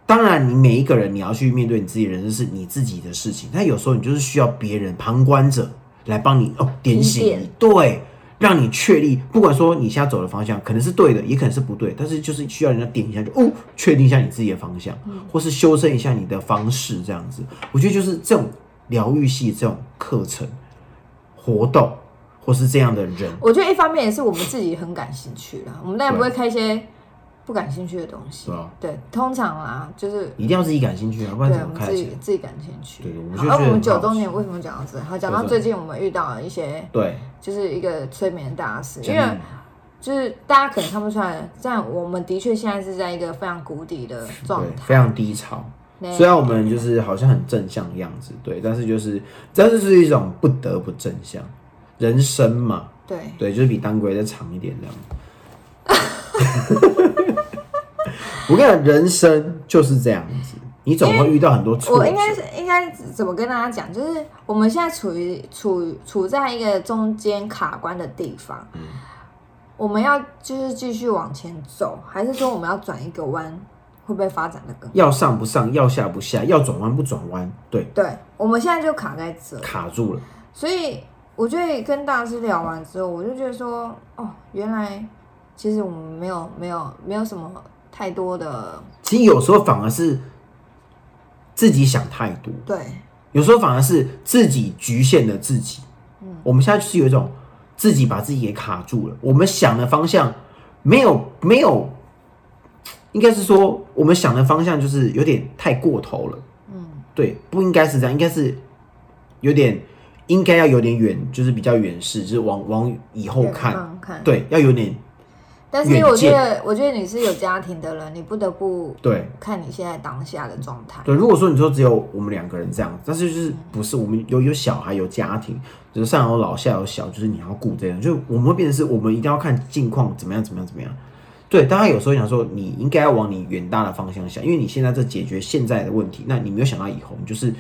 S1: 当然，你每一个人你要去面对你自己的人生是你自己的事情，但有时候你就是需要别人旁观者来帮你哦点醒
S2: 提
S1: 你
S2: 点，
S1: 对，让你确立，不管说你现在走的方向可能是对的，也可能是不对，但是就是需要人家点一下就哦，确定一下你自己的方向，或是修正一下你的方式这样子。我觉得就是这种疗愈系这种课程活动，或是这样的人，
S2: 我觉得一方面也是我们自己很感兴趣啦，我们当然
S1: 对
S2: 不会开一些不感兴趣的东西
S1: 对啊。
S2: 对，通常啊，就是
S1: 一定要自己感兴趣啊，不
S2: 对
S1: 然怎
S2: 我
S1: 么
S2: 们
S1: 开
S2: 自
S1: 得起
S2: 己
S1: 来？
S2: 自己感兴趣。
S1: 对我们
S2: 好
S1: 就
S2: 那
S1: 觉得
S2: 我们
S1: 很
S2: 九
S1: 好
S2: 周
S1: 奇
S2: 年为什么讲到这？好，讲到
S1: 对对
S2: 最近我们遇到了一些，
S1: 对，
S2: 就是一个催眠大师，因
S1: 讲
S2: 为
S1: 你。
S2: 就是大家可能看不出来，但我们的确现在是在一个非常谷底的状
S1: 对，
S2: 态。
S1: 非常低潮。
S2: 对
S1: 虽然我们就是好像很正向的样子，对，但是就是，但是是一种不得不正向，人生嘛，
S2: 对，
S1: 对，就是比当归再长一点这样。 (laughs) 我跟你讲，人生就是这样子，你总会遇到很多挫
S2: 我
S1: 折
S2: 应。该是应该怎么跟大家讲？就是我们现在处于处处在一个中间卡关的地方，
S1: 嗯
S2: 我们要就是继续往前走，还是说我们要转一个弯，会不会发展的更好？
S1: 要上不上，要下不下，要转弯不转弯，对，
S2: 对，我们现在就卡在这，
S1: 卡住了。
S2: 所以我觉得跟大师聊完之后，我就觉得说，哦，原来其实我们没有没有没有什么太多的
S1: 其实有时候反而是自己想太多，
S2: 对。
S1: 有时候反而是自己局限了自己。我们现在就是有一种自己把自己给卡住了，我们想的方向没有没有，应该是说我们想的方向就是有点太过头了。嗯，对，不应该是这样，应该是有点应该要有点远，就是比较远视，就是往往以后
S2: 远
S1: 看，
S2: 方看，
S1: 对，要有点
S2: 但是因为
S1: 远
S2: 我觉
S1: 见
S2: 得，我觉得你是有家庭的人，你不得不
S1: 对。
S2: 看你现在当下的状态。
S1: 对，如果说你说只有我们两个人这样，但是就是不是我们有有小孩有家庭，就是上有老下有小，就是你要顾这样，就我们会变成是我们一定要看近况怎么样怎么样怎么样。对，当然有时候想说你应该要往你远大的方向想，因为你现在在解决现在的问题，那你没有想到以后，你就是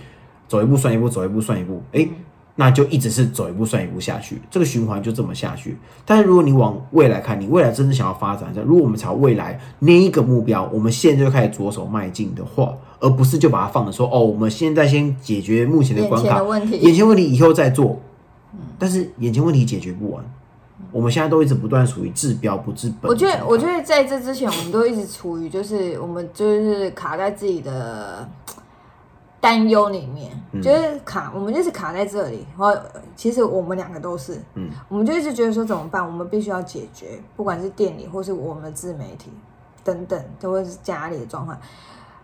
S1: 走一步算一步，走一步算一步，诶，
S2: 嗯
S1: 那就一直是走一步算一步下去，这个循环就这么下去。但是如果你往未来看，你未来真正想要发展一下，如果我们朝未来那一个目标，我们现在就开始着手迈进的话，而不是就把它放着说哦，我们现在先解决目前的
S2: 眼
S1: 关
S2: 前
S1: 卡
S2: 的，问
S1: 眼
S2: 题，嗯
S1: 前问题以后再做，但是眼前问题解决不完，我们现在都一直不断属于治标不治本。
S2: 我觉得，我觉得在这之前，我们都一直处于就是我们就是卡在自己的担忧里面，
S1: 嗯
S2: 就是卡，我们就是卡在这里。然后其实我们两个都是，
S1: 嗯，
S2: 我们就一直觉得说怎么办，我们必须要解决，不管是店里或是我们的自媒体等等，都会是家里的状况。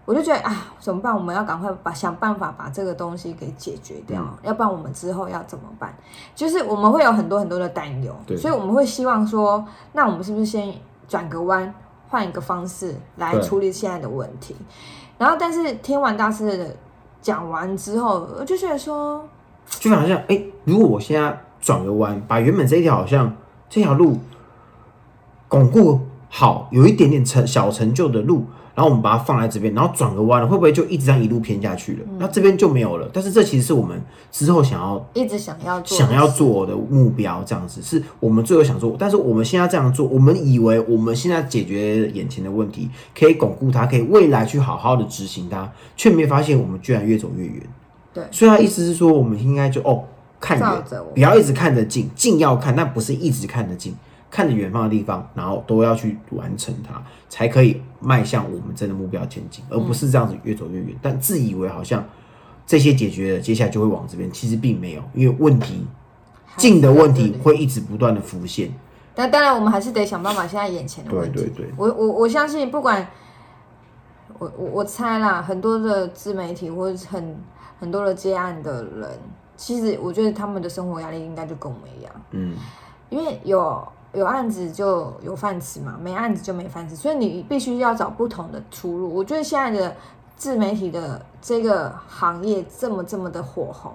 S2: 我就觉得啊，怎么办？我们要赶快把想办法把这个东西给解决掉，
S1: 嗯
S2: 要不然我们之后要怎么办？就是我们会有很多很多的担忧，
S1: 对
S2: 所以我们会希望说，那我们是不是先转个弯，换一个方式来
S1: 对
S2: 处理现在的问题？然后，但是听完大师的讲完之后，我就觉得说，
S1: 就好像哎、诶如果我现在转个弯，把原本这一条好像这条路巩固好，有一点点成小成就的路，然后我们把它放在这边，然后转个弯了，会不会就一直这样一路偏下去了？那这边就没有了。但是这其实是我们之后想要
S2: 一直想要做，
S1: 想要做的目标，这样子是我们最后想做。但是我们现在这样做，我们以为我们现在解决眼前的问题，可以巩固它，可以未来去好好的执行它，却没发现我们居然越走越远。
S2: 对
S1: 所以他意思是说，我们应该就哦，看
S2: 照
S1: 远
S2: 着我，
S1: 不要一直看着近，近要看，但不是一直看着近，看着远方的地方，然后都要去完成它，才可以迈向我们真的目标前进，而不是这样子越走越远。
S2: 嗯
S1: 但自以为好像这些解决了，接下来就会往这边，其实并没有，因为问题
S2: 还是
S1: 近的问题
S2: 在这里
S1: 会一直不断的浮现。
S2: 但当然，我们还是得想办法现在眼前的问题。
S1: 对对对
S2: 我我我相信，不管我我我猜啦，很多的自媒体或者是很很多的接案的人，其实我觉得他们的生活压力应该就跟我们一样，
S1: 嗯，
S2: 因为有有案子就有饭吃嘛，没案子就没饭吃，所以你必须要找不同的出路。我觉得现在的自媒体的这个行业这么这么的火红，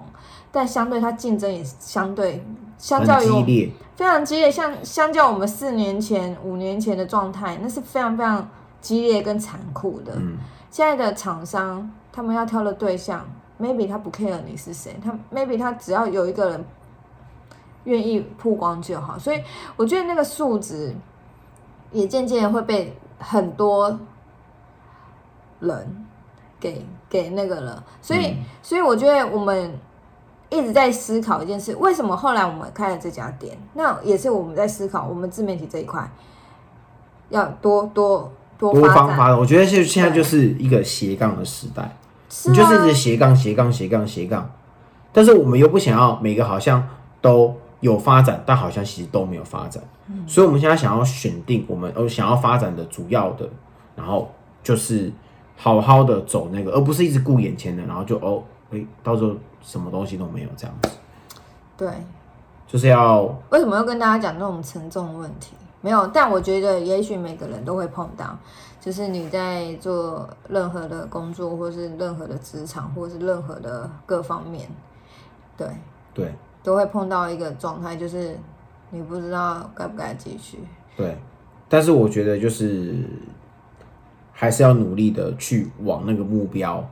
S2: 但相对它竞争也是相对相
S1: 很
S2: 较于我
S1: 激
S2: 们
S1: 烈，
S2: 非常激烈，像相较我们四年前、五年前的状态，那是非常非常激烈跟残酷的。
S1: 嗯，
S2: 现在的厂商他们要挑的对象，maybe 他不 care 你是谁，他 maybe 他只要有一个人愿意曝光就好。所以我觉得那个素质也渐渐会被很多人给给那个了。所以，嗯所以我觉得我们。一直在思考一件事，为什么后来我们开了这家店？那也是我们在思考我们自媒体这一块要多多多
S1: 多
S2: 发
S1: 方
S2: 展，
S1: 发展，我觉得现现在
S2: 对
S1: 就是一个斜杠的时代。
S2: 是
S1: 你就是
S2: 啊
S1: 一直斜杠、斜杠、斜杠、斜杠。但是我们又不想要每个好像都有发展，但好像其实都没有发展。
S2: 嗯
S1: 所以我们现在想要选定我们呃想要发展的主要的，然后就是好好的走那个，而不是一直顾眼前的，然后就哦，哎、到时候什么东西都没有这样子，
S2: 对，
S1: 就是要
S2: 为什么要跟大家讲这种沉重的问题？没有，但我觉得也许每个人都会碰到，就是你在做任何的工作，或是任何的职场，或是任何的各方面，对，
S1: 对
S2: 都会碰到一个状态，就是你不知道该不该继续。
S1: 对。但是我觉得就是还是要努力的去往那个目标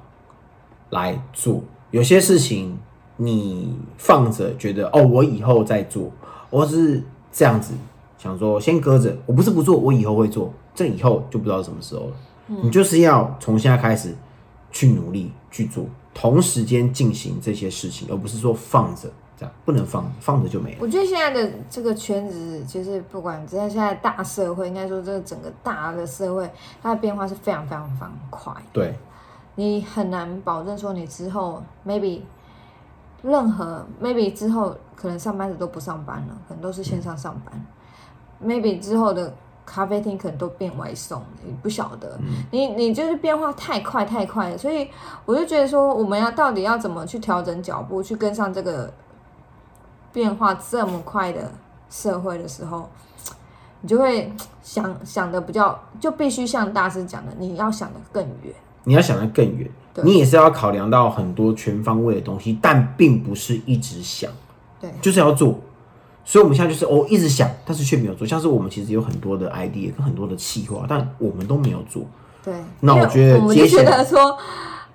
S1: 来做。有些事情你放着，觉得哦，我以后再做，我是这样子想说，先搁着，我不是不做，我以后会做，这以后就不知道什么时候了。你就是要从现在开始去努力去做，同时间进行这些事情，而不是说放着这样，不能放，放着就没了。
S2: 我觉得现在的这个圈子，就是不管在现在大社会，应该说这个整个大的社会，它的变化是非常非常非常快。
S1: 对，
S2: 你很难保证说你之后 maybe 任何 maybe 之后可能上班族都不上班了，可能都是线上上班、m a y b e 之后的咖啡厅可能都变外送，你不晓得，你你就是变化太快太快了，所以我就觉得说我们要到底要怎么去调整脚步，去跟上这个变化这么快的社会的时候。你就会想想的比较，就必须像大师讲的，你要想的更远。
S1: 你要想得更远
S2: 对，
S1: 你也是要考量到很多全方位的东西，但并不是一直想，
S2: 对，
S1: 就是要做。所以我们现在就是哦，一直想，但是却没有做。像是我们其实有很多的 idea 跟很多的企划，但我们都没有做。
S2: 对，
S1: 那
S2: 因
S1: 我
S2: 为
S1: 觉得
S2: 我们
S1: 接
S2: 就觉
S1: 下来
S2: 得说，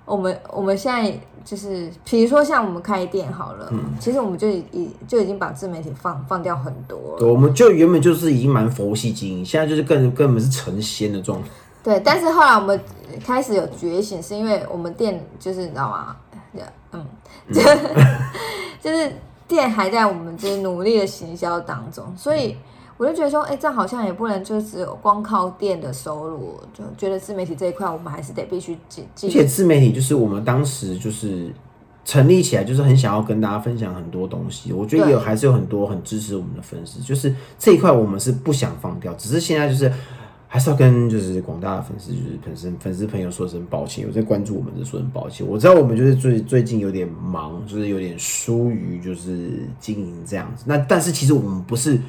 S2: 我们我们现在就是，比如说像我们开店好了，
S1: 嗯
S2: 其实我们就已已就已经把自媒体放放掉很多了，
S1: 对我们就原本就是已经蛮佛系经营，现在就是更根本是成仙的状态。
S2: 对。但是后来我们开始有觉醒，是因为我们店就是你知道吗？嗯， (laughs) 就就是店还在我们就是努力的行销当中，所
S1: 嗯
S2: 以。我就觉得说，哎、这样好像也不能就只有光靠店的收入，就觉得自媒体这一块，我们还是得必须继
S1: 而
S2: 继续
S1: 且自媒体就是我们当时就是成立起来，就是很想要跟大家分享很多东西。我觉得也有
S2: 对
S1: 还是有很多很支持我们的粉丝，就是这一块我们是不想放掉，只是现在就是还是要跟就是广大的粉丝就是粉丝粉丝朋友说声抱歉，有在关注我们的说声抱歉。我知道我们就是最最近有点忙，就是有点疏于就是经营这样子。那但是其实我们不是。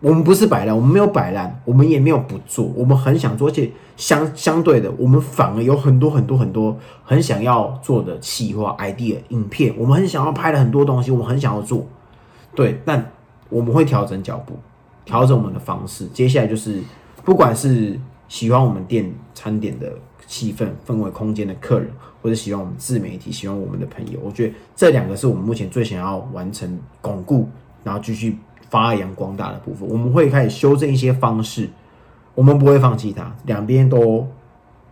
S1: 我们不是摆烂，我们没有摆烂，我们也没有不做，我们很想做，而且相相对的，我们反而有很多很多很多很想要做的企划、idea、影片，我们很想要拍的很多东西，我们很想要做，对，但我们会调整脚步，调整我们的方式。接下来就是，不管是喜欢我们店餐点的气氛、氛围、空间的客人，或者喜欢我们自媒体、喜欢我们的朋友，我觉得这两个是我们目前最想要完成、巩固，然后继续发扬光大的部分。我们会开始修正一些方式，我们不会放弃它，两边都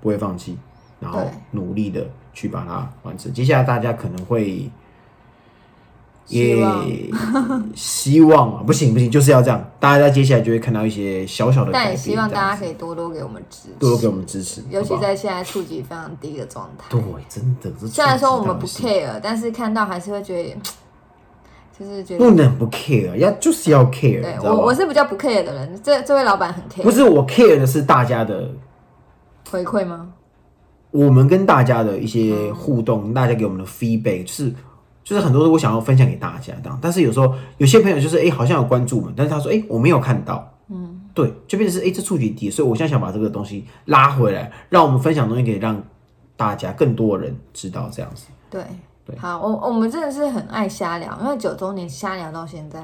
S1: 不会放弃，然后
S2: 对
S1: 努力的去把它完成。接下来大家可能会也
S2: 希望
S1: 希望啊，不行不行，就是要这样。大家在接下来就会看到一些小小的
S2: 但
S1: 改
S2: 也
S1: 变，
S2: 希望大家
S1: 这样子
S2: 可以多多给我们支持，
S1: 多多给我们支持，
S2: 尤其
S1: 好不好
S2: 在现在触及非常低的状态。
S1: 对，真的。这
S2: 虽然说我们不
S1: 触及到
S2: care，但是看到还是会觉得，就是觉
S1: 底
S2: 得，
S1: 不能不 care，要就是要 care，
S2: 对
S1: 你知
S2: 我
S1: 道
S2: 我
S1: 吧？
S2: 是比较不 care 的人。这这位老板很
S1: 不
S2: care
S1: 是我 care 的是大家的，
S2: 回馈吗？
S1: 我们跟大家的一些
S2: 嗯
S1: 互动，大家给我们的 feedback，就是就是很多的我想要分享给大家这样。但是有时候有些朋友就是哎、诶好像有关注我们，但是他说哎、诶我没有看到，嗯，对，就变成是哎、诶这触及低，所以我现在想把这个东西拉回来，让我们分享的东西可以让大家更多人知道这样子。
S2: 对，
S1: 对
S2: 好，我我们真的是很爱瞎聊，因为九周年瞎聊到现在，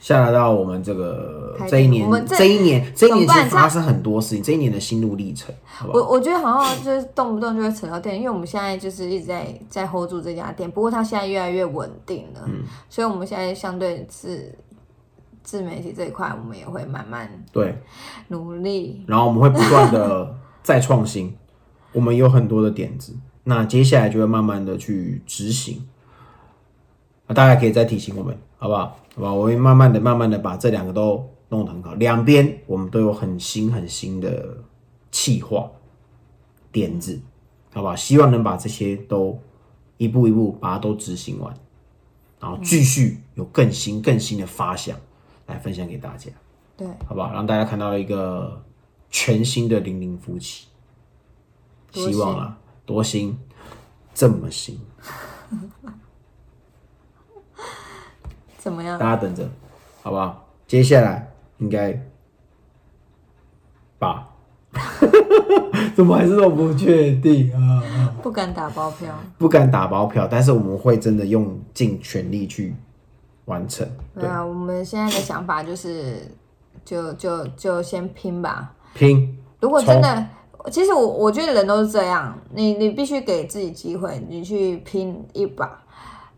S1: 下来到我们这个
S2: 开
S1: 这一
S2: 店
S1: 年
S2: 我们，这
S1: 这一年，这一
S2: 怎么
S1: 年
S2: 办
S1: 是发生很多事情，这一年的心路历程，好不好？
S2: 我我觉得好像就是动不动就会扯到店，因为我们现在就是一直在在 hold 住这家店，不过它现在越来越稳定了，所以我们现在相对自自媒体这一块，我们也会慢慢
S1: 对，
S2: 努力。
S1: 然后我们会不断的再创新，我们有很多的点子，那接下来就会慢慢的去执行。那大家可以再提醒我们，好不好？好吧，我会慢慢的、慢慢的把这两个都弄得很好，两边我们都有很新、很新的企划点子，好不好？希望能把这些都一步一步把它都执行完，然后继续有更新、更新的发想来分享给大家。
S2: 对，
S1: 好不好？让大家看到一个全新的零零夫妻，
S2: 多新
S1: 希望啊，多新，这么新，
S2: 怎么
S1: 大
S2: 样？
S1: 家等着，好不好？接下来应该吧？ (laughs) 怎么还是都不确定啊？
S2: 不敢打包票，
S1: 不敢打包票，但是我们会真的用尽全力去完成。
S2: 对啊，我们现在的想法就是，就就就先拼吧。
S1: 拼，
S2: 如果真的，其实我我觉得人都是这样，你你必须给自己机会，你去拼一把。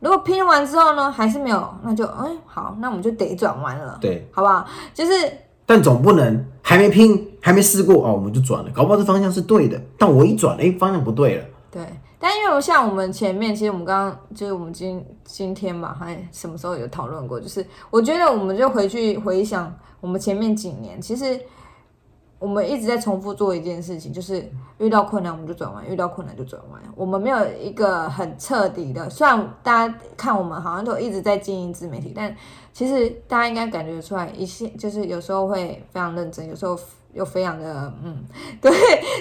S2: 如果拼完之后呢，还是没有，那就哎、好，那我们就得转弯了，
S1: 对，
S2: 好不好？就是
S1: 但总不能还没拼，还没试过哦，我们就转了，搞不好这方向是对的，但我一转，哎、方向不对了。
S2: 对，但因为我像我们前面，其实我们刚刚就是我们今今天嘛，还什么时候有讨论过？就是我觉得我们就回去回想我们前面几年，其实我们一直在重复做一件事情，就是遇到困难我们就转弯，遇到困难就转弯。我们没有一个很彻底的，虽然大家看我们好像都一直在经营自媒体，但其实大家应该感觉出来，一些就是有时候会非常认真，有时候又非常的嗯， (laughs) 对，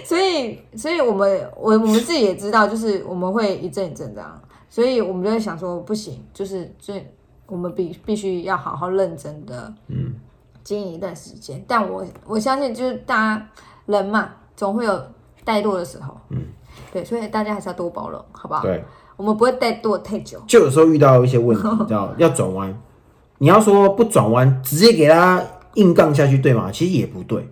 S2: 所以所以我们我我们自己也知道，就是我们会一阵一阵这样，所以我们就会想说不行，就是最我们必必须要好好认真的
S1: 嗯
S2: 经营一段时间。但我我相信就是大家人嘛，总会有怠惰的时候，
S1: 嗯，
S2: 对，所以大家还是要多包容，好不好？
S1: 对。
S2: 我们不会怠惰太久，
S1: 就有时候遇到一些问题，你知道要转弯，你要说不转弯，直接给他硬杠下去，对吗？其实也不对。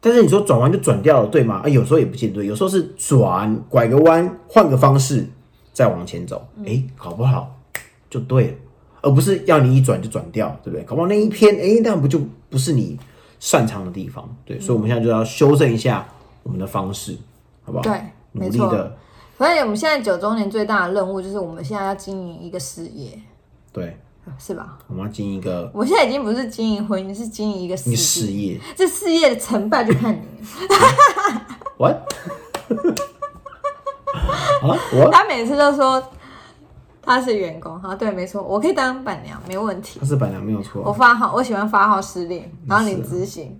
S1: 但是你说转弯就转掉了，对吗？啊，有时候也不见对，有时候是转拐个弯，换个方式再往前走，哎、搞不好就对了，而不是要你一转就转掉，对不对？搞不好那一篇，哎、那不就不是你擅长的地方，对，所以我们现在就要修正一下我们的方式，好不好？
S2: 对，
S1: 努
S2: 没
S1: 力
S2: 错。
S1: 的，
S2: 所以我们现在九周年最大的任务就是我们现在要经营一个事业，
S1: 对，
S2: 是吧？
S1: 我们要经营一个
S2: 我们现在已经不是经营婚姻，是经营一个事
S1: 一个
S2: 业。
S1: 事业。
S2: 这事业的成败就看你。
S1: What？啊，我
S2: 他每次都说他是员工，好，对，没错，我可以当伴娘，没问题
S1: 他。是板娘没有
S2: 我
S1: 错，
S2: 发号，我喜欢发号施令，然后
S1: 啊
S2: 你执行，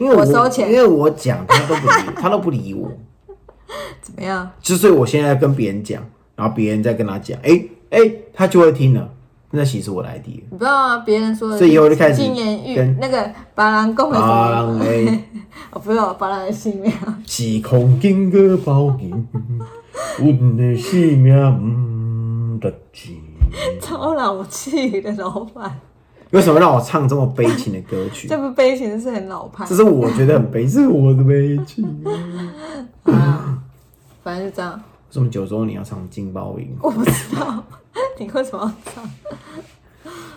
S1: 因为
S2: 我收钱
S1: 因为我讲他都不理，他都不理我，
S2: 怎么样？
S1: 之所以我现在跟别人讲，然后别人再跟他讲，哎、哎、他就会听了，那其实我来的。
S2: 你不知道吗？别人说的
S1: 所以以后就开始
S2: 金言玉
S1: 跟
S2: 那个白兰公的什
S1: 啊，
S2: 么？
S1: 人诶，
S2: 我不知道白兰的姓名。
S1: 是空经过包
S2: (laughs)
S1: 金，阮的性命毋值钱。
S2: 超老气的老板，
S1: 为什么让我唱这么悲情的歌曲
S2: 这？部悲情是很老派
S1: 这。是我觉得很悲，这是我的悲情。为
S2: 好啦反正就这样，
S1: 什么九州你要唱《金包银》？
S2: 我不知道 (laughs) 你为什么要这样。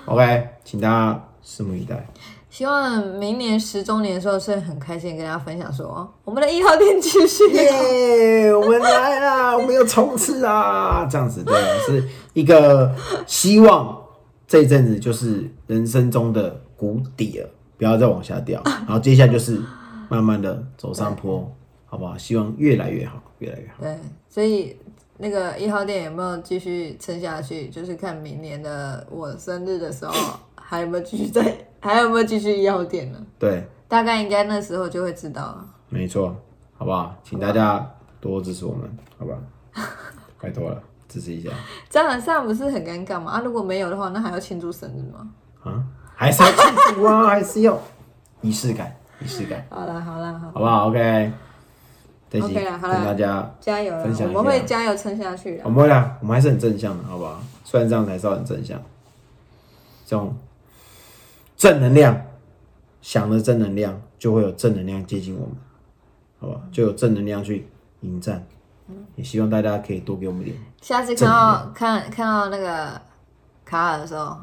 S1: OK，请大家拭目以待。
S2: 希望明年十周年的时候是很开心地跟大家分享说，我们的一号店继续
S1: 耶、我们来 (laughs) 啊啦，我们又冲刺啦！这样子对，是一个希望这一阵子就是人生中的谷底了，不要再往下掉。然后接下来就是慢慢的走上坡，好不好？希望越来越好，越来越好。
S2: (laughs) 对，所以那个一号店有没有继续撑下去？就是看明年的我生日的时候，还有没有继续在， (laughs) 还有没有继续一号店呢？
S1: 对，
S2: 大概应该那时候就会知道了。
S1: 没错，好不好？请大家多支持我们，好吧？拜托了，支持一下
S2: 这样上不是很尴尬吗？啊，如果没有的话，那还要庆祝生日吗？
S1: 啊！还是要庆祝啊，还是要仪式感，仪式感，
S2: 好啦，好啦，好，
S1: 好不好？OK，这集
S2: 嗯 OK 啦
S1: 跟
S2: 好啦
S1: 大家
S2: 加油啦！
S1: 分享一
S2: 我
S1: 下
S2: 们会加油撑下去的
S1: 我。们会啦，我们还是很正向的，啊好不好？虽然这样才是很正向，这种正能量，想的正能量，就会有正能量接近我们，好
S2: 嗯
S1: 吧？就有正能量去迎战。也希望大家可以多给我们一点。 (laughs)
S2: 下次看到看看到那个卡尔的时候，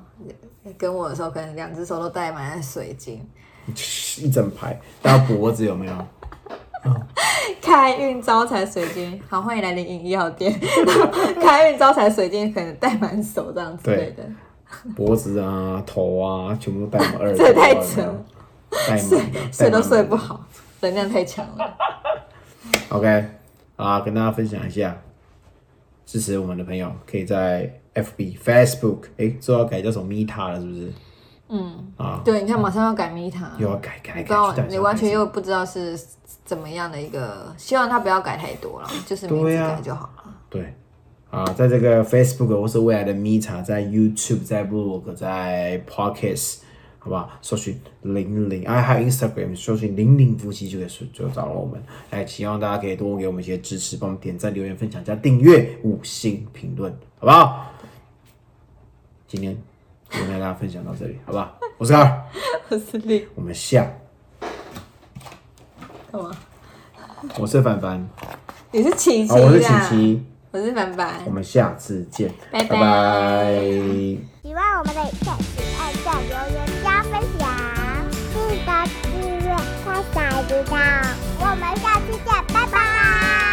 S2: 跟我的时候，可能两只手都带满了水晶。 (laughs)
S1: 一整排到脖子有没有？
S2: 开运招财水晶，好，欢迎来零零一号店。 (laughs) 开运招财水晶可能戴满手这样之类的，
S1: 脖子啊、头啊，全部都戴满耳朵
S2: (laughs) 这
S1: 啊，
S2: 也太
S1: 有没有
S2: 扯了
S1: 戴满的，
S2: 睡都
S1: 戴满
S2: 睡
S1: 的
S2: 不好，能量太强了。
S1: OK，啊，跟大家分享一下，支持我们的朋友可以在 FB、Facebook，哎、之后要改叫什么 Meta 了，是不是？嗯，啊，
S2: 对，你看马上要改米塔，
S1: 又要改改来改
S2: 不
S1: 去，
S2: 知道
S1: 到底
S2: 你
S1: 是
S2: 完全
S1: 要
S2: 又不知道是怎么样的一个，希望他不要改太多了，就是名字
S1: 对啊
S2: 改就好了。
S1: 对啊，在这个 Facebook 或是未来的 Meta，在 YouTube、在 Blog、在 Pockets，好不好？搜寻零零，啊，还有 Instagram，搜寻零零夫妻就可以搜就找到我们。哎，希望大家可以多给我们一些支持，帮我们点赞、留言、分享、加订阅、五星评论，好不好？今天就跟大家分享到这里，好不好？我是二，
S2: 我 (laughs) 是力，
S1: 我们下，
S2: 干嘛？
S1: 我是凡凡，
S2: 你是琪琪
S1: 啊，我是琪
S2: 啦，
S1: 琪，
S2: 我是凡凡
S1: 我。们下次见，
S2: 拜拜
S1: 拜拜
S3: 喜欢我们的影片，请按赞、留言、加分享，记得订阅、开小铃铛。我们下期见，拜拜。